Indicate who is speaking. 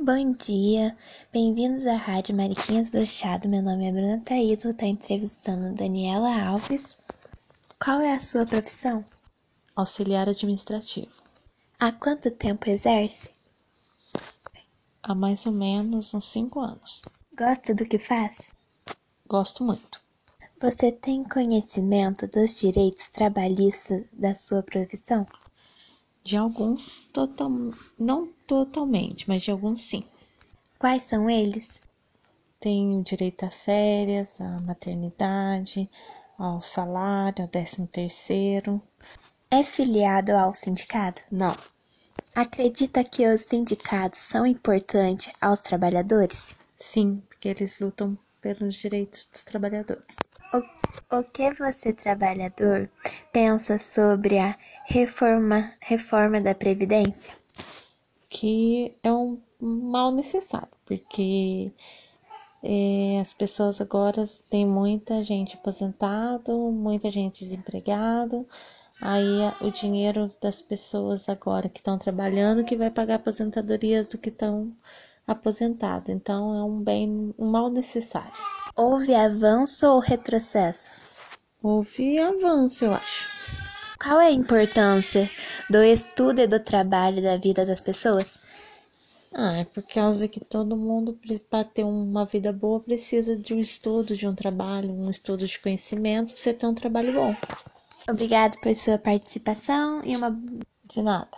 Speaker 1: Bom dia, bem-vindos à Rádio Mariquinhas Bruxado. Meu nome é Bruna Thaís, vou estar entrevistando Daniela Alves. Qual é a sua profissão?
Speaker 2: Auxiliar administrativo.
Speaker 1: Há quanto tempo exerce?
Speaker 2: Há mais ou menos uns 5 anos.
Speaker 1: Gosta do que faz?
Speaker 2: Gosto muito.
Speaker 1: Você tem conhecimento dos direitos trabalhistas da sua profissão?
Speaker 2: De alguns, total... não totalmente, mas de alguns sim.
Speaker 1: Quais são eles?
Speaker 2: Tenho direito a férias, à maternidade, ao salário, ao décimo terceiro.
Speaker 1: É filiado ao sindicato?
Speaker 2: Não,
Speaker 1: Acredita que os sindicatos são importantes aos trabalhadores?
Speaker 2: sim, porque eles lutam pelos direitos dos trabalhadores.
Speaker 1: O que você, trabalhador, pensa sobre a reforma, reforma da Previdência?
Speaker 2: que é um mal necessário, porque eh, as pessoas agora têm muita gente aposentado, muita gente desempregado, aí a- o dinheiro das pessoas agora que estão trabalhando que vai pagar aposentadorias do que estão aposentado. Então é um bem, um mal necessário.
Speaker 1: Houve avanço ou retrocesso?
Speaker 2: Houve avanço, eu acho.
Speaker 1: Qual é a importância do estudo e do trabalho da vida das pessoas?
Speaker 2: Ah, é por causa que todo mundo, para ter uma vida boa, precisa de um estudo, de um trabalho, um estudo de conhecimento, pra você ter um trabalho bom.
Speaker 1: Obrigado por sua participação e uma
Speaker 2: De nada.